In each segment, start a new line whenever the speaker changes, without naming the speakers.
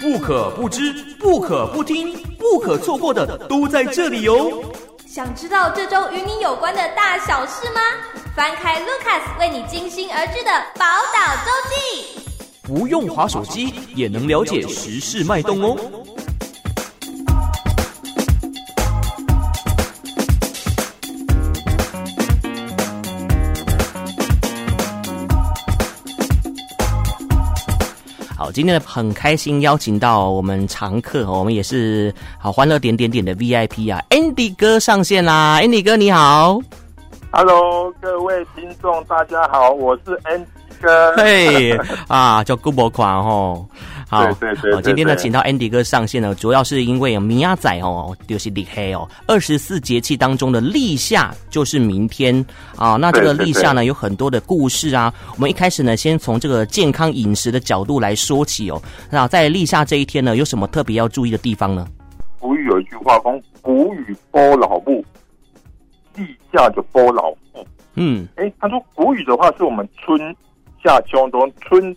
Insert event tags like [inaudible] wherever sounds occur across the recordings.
不可不知、不可不听、不可错过的都在这里哟。
想知道这周与你有关的大小事吗？翻开 Lucas 为你精心而制的宝岛周记，
不用划手机也能了解时事脉动哦。
好，今天呢很开心邀请到我们常客哦，我们也是好欢乐点点点的 VIP 啊，Andy 哥上线啦，Andy 哥你好，
Hello，各位听众，大家好，我是 Andy 哥。 [laughs]
嘿啊，叫 g o o b 款哦。好，
对对对
好今天呢，
对对
请到 Andy 哥上线呢，主要是因为啊明亚仔哦，就是立黑哦，二十四节气当中的立夏就是明天啊。那这个
对对
立夏呢，有很多的故事啊。我们一开始呢，先从这个健康饮食的角度来说起哦。那在立夏这一天呢，有什么特别要注意的地方呢？
古语有一句话讲：“古语波老木，立夏就波老木。
嗯，”
哎，他说古语的话是我们春夏秋冬春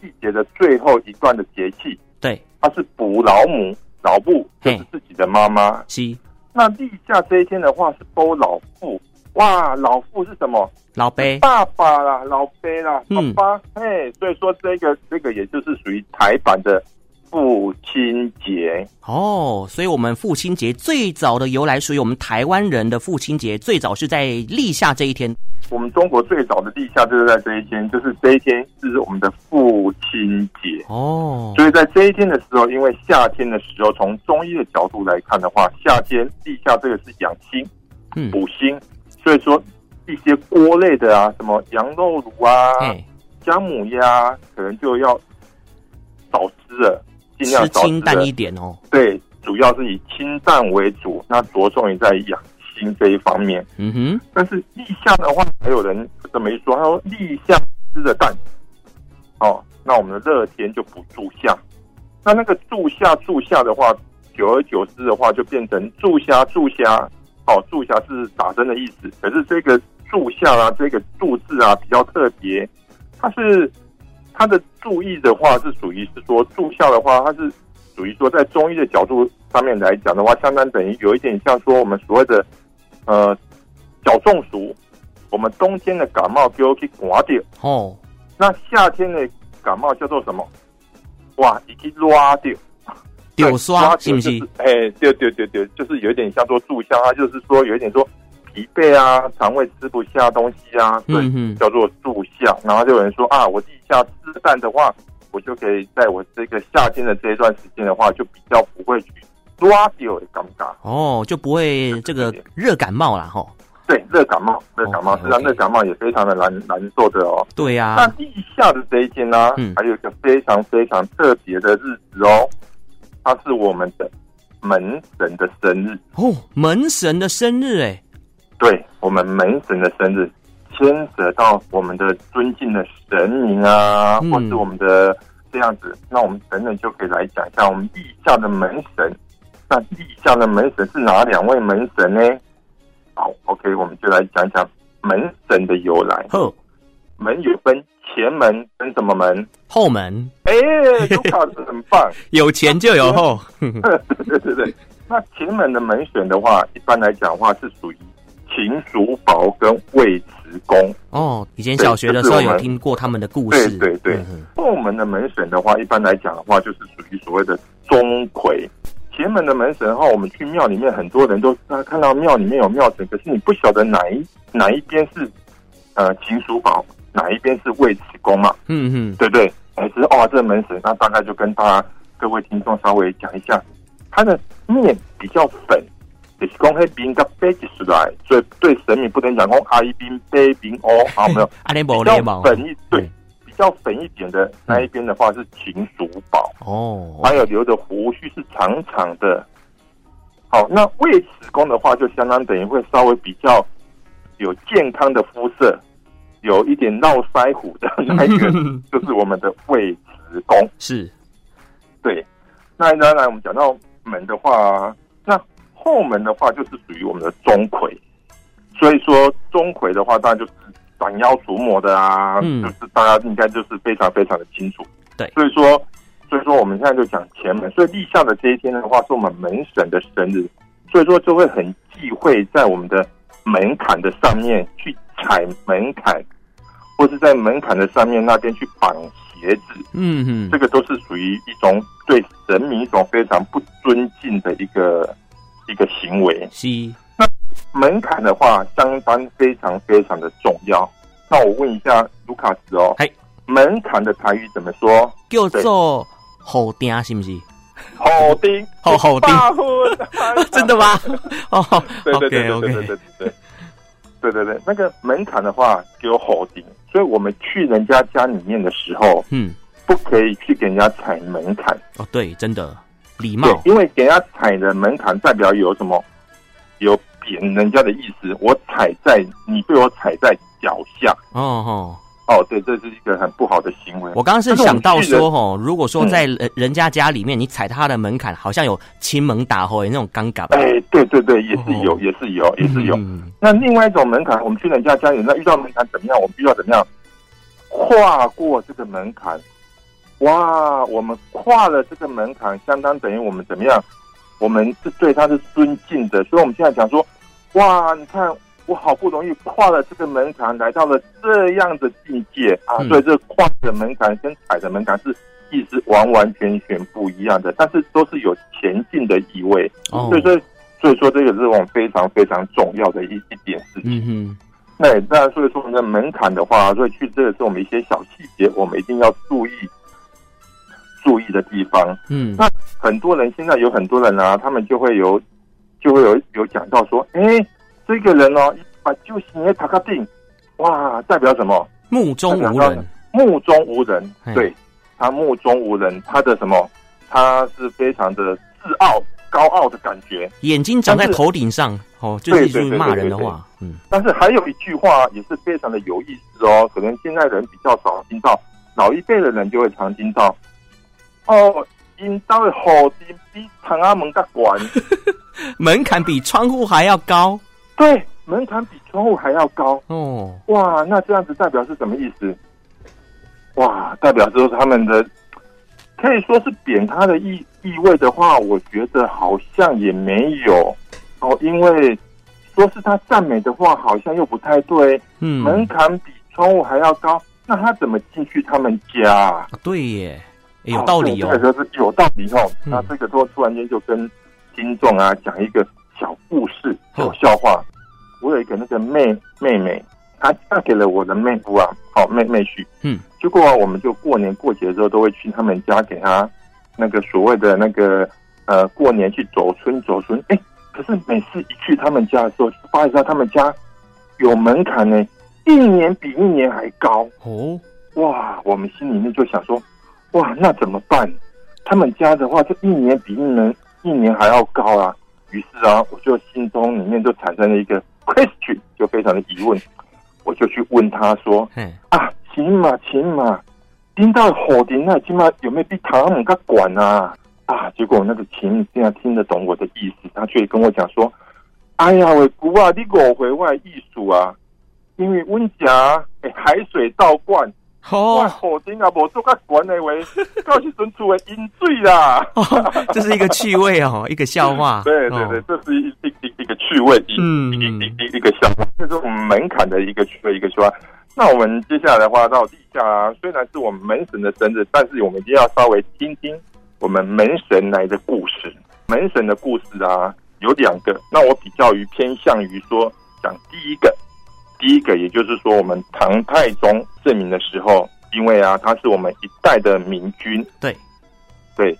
季节的最后一段的节气，
对，
它是补老母，老母就是
嘿
自己的妈妈。
西
那立夏这一天的话是波老父，哇，老父是什么？
老杯，
爸爸啦，老贝啦，爸
嗯
爸，嘿，所以说这个这个也就是属于台版的父亲节，
哦，所以我们父亲节最早的由来属于我们台湾人的父亲节，最早是在立夏这一天。
我们中国最早的立夏就是在这一天，就是这一天是我们的父亲节。
哦，
所以在这一天的时候，因为夏天的时候，从中医的角度来看的话，夏天立夏这个是养心
嗯，
补心，所以说一些锅类的啊，什么羊肉炉啊、
哎，
姜母鸭，啊可能就要少吃了，尽量
吃
少
清
吃
淡
了
一。点哦。
对，主要是以清淡为主，那着重于在养心这一方面。
嗯哼，
但是立夏的话，还有人这么一说，他说立夏吃的蛋，哦，那我们的乐天就不住夏。那那个住夏住夏的话，久而久之的话，就变成住虾住虾，哦，住虾是打针的意思。可是这个住夏啊，这个住字啊比较特别，它是它的注意的话是属于是说住夏的话，它是属于说在中医的角度上面来讲的话，相当等于有一点像说我们所谓的呃脚中暑，我们冬天的感冒就去刮掉，
哦，
那夏天的感冒叫做什么？哇，已经拉
[laughs]
掉。
丢刷
对
是不是？？
哎、对对对对，就是有点像说住夏啊，就是说有一点说疲惫啊，肠胃吃不下东西啊，对，
嗯哼，
叫做住夏。然后就有人说啊，我立夏吃饭的话，我就可以在我这个夏天的这一段时间的话，就比较不会去抓掉的尴尬。
哦，就不会这个热感冒啦哦吼。
对，热感冒，热感冒，
OK，OK
实际上热感冒也非常的难难受的哦。
对啊呀、
那立夏的这一天呢、
嗯
还有一个非常非常特别的日子哦，它是我们的门神的生日。
哦，门神的生日哎，
对我们门神的生日，牵扯到我们的尊敬的神明啊，
嗯
或是我们的这样子，那我们等等就可以来讲一下我们立夏的门神。那立夏的门神是哪两位门神呢？好，OK，我们就来讲讲门神的由来。
后
门有分前门跟什么门？
后门
哎，卢卡斯很棒。 [laughs]
有钱就有后，哼哼
对对对，那前门的门选的话，一般来讲的话是属于秦叔宝跟尉迟恭。
哦，以前小学的时候
对就是
有
我们
听过他们的故事，
对对对
嗯哼
后门的门神的话，一般来讲的话，就是属于所谓的钟馗。前门的门神的话，我们去庙里面，很多人都啊看到庙里面有庙神，可是你不晓得哪一哪一边是呃秦叔宝，哪一边是尉迟恭嘛，
嗯哼，
对不对？哎，是哦，这门神，那大概就跟大家各位听众稍微讲一下，它的面比较粉，就是讲黑冰跟白起出来，所以对神明不能讲讲阿一冰白冰哦，好没有？
阿联
比
伯
较
联盟
粉一对
嗯，
比较粉一点的那一边的话是秦叔宝，
哦，
还有留的胡须是长长的。好，那尉迟恭的话，就相当等于会稍微比较有健康的肤色，有一点络腮胡的那一个，就是我们的尉迟恭。
是
对，那当然我们讲到门的话，那后门的话就是属于我们的钟馗，所以说钟馗的话，当然就是斩妖除魔的啊，
嗯
就是大家应该就是非常非常的清楚。
对
所以说，所以说我们现在就讲前门，所以立夏的这一天的话，是我们门神的生日，所以说就会很忌讳在我们的门槛的上面去踩门槛，或是在门槛的上面那边去绑鞋子，
嗯
这
哼，
个都是属于一种对神明一种非常不尊敬的一个一个行为。
是，
门槛的话，相当非常非常的重要。那我问一下卢卡斯哦
嗨，
门槛的台语怎么说？
叫做后丁，是不
[laughs]
是？
好丁，
哦好丁
大婚
真的吗？ [laughs] 哦，
[laughs] 对对对对
OK，OK
对对对对对对对，那个门槛的话只有好丁，所以我们去人家家里面的时候，
嗯，
不可以去给人家踩门槛，
哦，对，真的礼
对
貌，，
因为给人家踩的门槛代表有什么？有贬人家的意思，我踩在你被我踩在脚下，
哦哦。
哦，对，这是一个很不好的行为。
我刚刚是想到说，哦，如果说
嗯
在人人家家里面，你踩他的门槛，好像有亲门打吼那种尴尬。
哎，对对对，也是有，
哦
也是有，也是有。
嗯
那另外一种门槛，我们去人家家里，那遇到门槛怎么样？我们遇到怎么样？跨过这个门槛，哇，我们跨了这个门槛，相当等于我们怎么样？我们是对他是尊敬的，所以我们现在讲说，哇，你看我好不容易跨了这个门槛，来到了这样的境界啊，
嗯
所以这跨的门槛跟踩的门槛是意思完完全全不一样的，但是都是有前进的意味。
哦
所以说，所以说这个是我们非常非常重要的一一点事情。
嗯哼，
那也当然，所以说我们的门槛的话，所以去这个是我们一些小细节，我们一定要注意注意的地方。
嗯
那很多人现在有很多人啊，他们就会有就会有有讲到说，哎、这个人哦，把就行也塔卡定，哇，代表什么？
目中无
那两
人
个，目中无人
嘿，
对他目中无人，他的什么？他是非常的自傲、高傲的感觉。
眼睛长在
但是
头顶上，哦，就是一
对对
句
对
骂
对
人的
对对
话，嗯，
但是还有一句话也是非常的有意思哦，可能现在人比较少听到，老一辈的人就会常听到。哦，因到的好丁比长阿门噶管，
门槛比窗户还要高
对，门槛比窗户还要高。
哦，
哇，那这样子代表是什么意思？哇，代表就是他们的，可以说是贬他的意意味的话，我觉得好像也没有哦，因为说是他赞美的话，好像又不太对。门
嗯，
槛比窗户还要高，那他怎么进去他们家啊？
对耶，哎有道理
哦这
哦，
个就是有道理哦。
嗯
那这个都突然间就跟听众啊讲一个小故事、
哦
小笑话。我有一个那个妹妹妹，她嫁给了我的妹夫啊，好、妹妹婿。
嗯，
结果、啊、我们就过年过节的时候都会去他们家给他那个所谓的那个呃过年去走村走村。哎，可是每次一去他们家的时候，就发现到他们家有门槛呢，一年比一年还高。
哦，
哇，我们心里面就想说，哇，那怎么办？他们家的话，这一年比一年一年还要高啊。于是啊，我就心中里面就产生了一个 question，就非常的疑问，我就去问他说
嘿，
啊，亲嘛亲嘛，听到火顶那起码有没有比唐姆他管啊？啊，结果那个秦竟然听得懂我的意思，他却跟我讲说：“哎呀，伟姑啊，你误会我的意思啊，因为温家诶海水倒灌。”哇，
哦，
火顶啊，无做甲悬的话， [laughs] 到时阵厝会淹水啦。
哦 [laughs] 这是一个趣味哦，一个笑话，
[laughs] 对对对，
哦，
这是一一一一个趣味，一
嗯
一一一一个想法，这是我们门槛的一个趣味，一个说。那我们接下来的话到立夏啊，虽然是我们门神的生日，但是我们一定要稍微听听我们门神来的故事。门神的故事啊，有两个，那我比较于偏向于说讲第一个，第一个也就是说我们唐太宗证明的时候，因为啊他是我们一代的明君，
对，
对，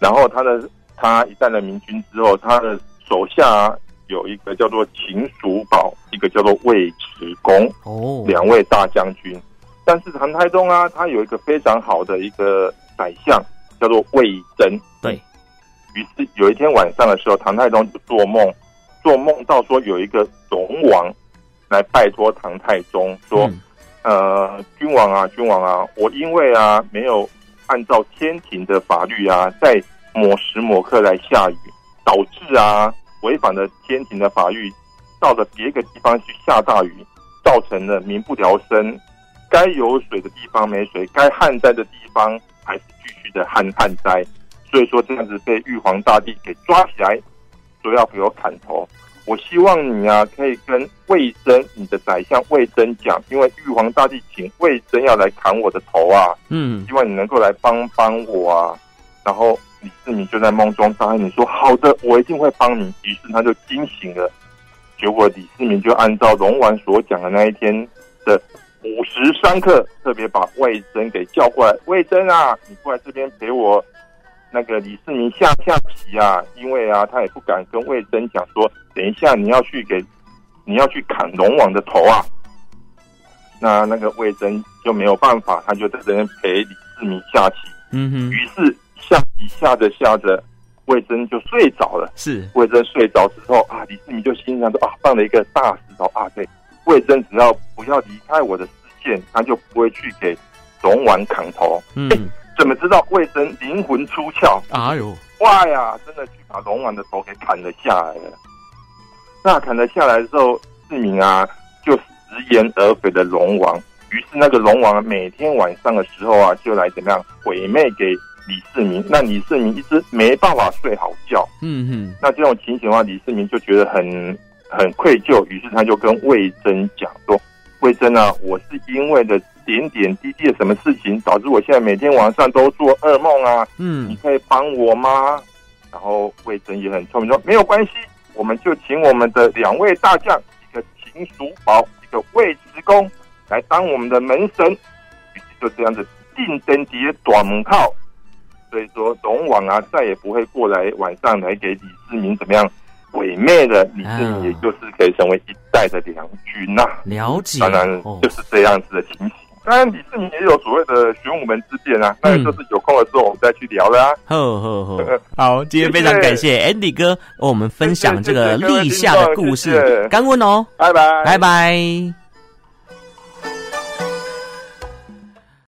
然后他的他一旦的明君之后，他的手下有一个叫做秦叔宝，一个叫做尉迟恭，
哦，
两位大将军。但是唐太宗啊，他有一个非常好的一个宰相，叫做魏征。
对，
于是有一天晚上的时候，唐太宗就做梦，做梦到说有一个龙王来拜托唐太宗说。
嗯
呃，君王啊，君王啊，我因为啊没有按照天庭的法律啊，在某时某刻来下雨，导致啊违反了天庭的法律，到了别个地方去下大雨，造成了民不聊生，该有水的地方没水，该旱灾的地方还是继续的旱旱灾，所以说这样子被玉皇大帝给抓起来，说要给我砍头。我希望你啊，可以跟魏征，你的宰相魏征讲，因为玉皇大帝请魏征要来砍我的头啊，
嗯
希望你能够来帮帮我啊。然后李世民就在梦中答应你说：“好的，我一定会帮你。”于是他就惊醒了。结果李世民就按照龙王所讲的那一天的午时三刻，特别把魏征给叫过来。魏征啊，你过来这边陪我。那个李世民下下棋啊，因为啊，他也不敢跟魏征讲说，等一下你要去给你要去砍龙王的头啊。那那个魏征就没有办法，他就在这边陪李世民下棋。
嗯哼，
于是下棋下着下着，魏征就睡着了。
是
魏征睡着之后啊，李世民就心想说啊，放了一个大石头啊，对，魏征只要不要离开我的视线，他就不会去给龙王砍头。
嗯
怎么知道魏征灵魂出窍？
哎呦
哇呀，啊真的去把龙王的头给砍了下来了。那砍了下来之后，市民啊就食言而肥的龙王。于是那个龙王每天晚上的时候啊，就来怎么样毁灭给李世民。那李世民一直没办法睡好觉。
嗯哼
那这种情形的话，李世民就觉得很很愧疚，于是他就跟魏征讲说：“魏征啊，我是因为的点点滴滴的什么事情，导致我现在每天晚上都做噩梦啊。你
嗯
可以帮我吗？然后魏征也很聪明，说没有关系，我们就请我们的两位大将，一个秦叔宝，一个尉迟恭，来当我们的门神。于是就这样子定登敌的短门靠，所以说龙王啊再也不会过来晚上来给李世民怎么样毁灭了，李世民也就是可以成为一代的良君呐、
了解，
啊当然
哦
就是这样子的情形。当然，李世民也有所谓的玄武门之变啊，那个就是有空的时候我们再去聊了啊。
呵呵呵，
[laughs]
好，今天非常感谢 Andy 哥为我们分享这个立夏的故
谢谢谢谢各位听众谢
事
谢。
干问哦，
拜拜，
拜。拜。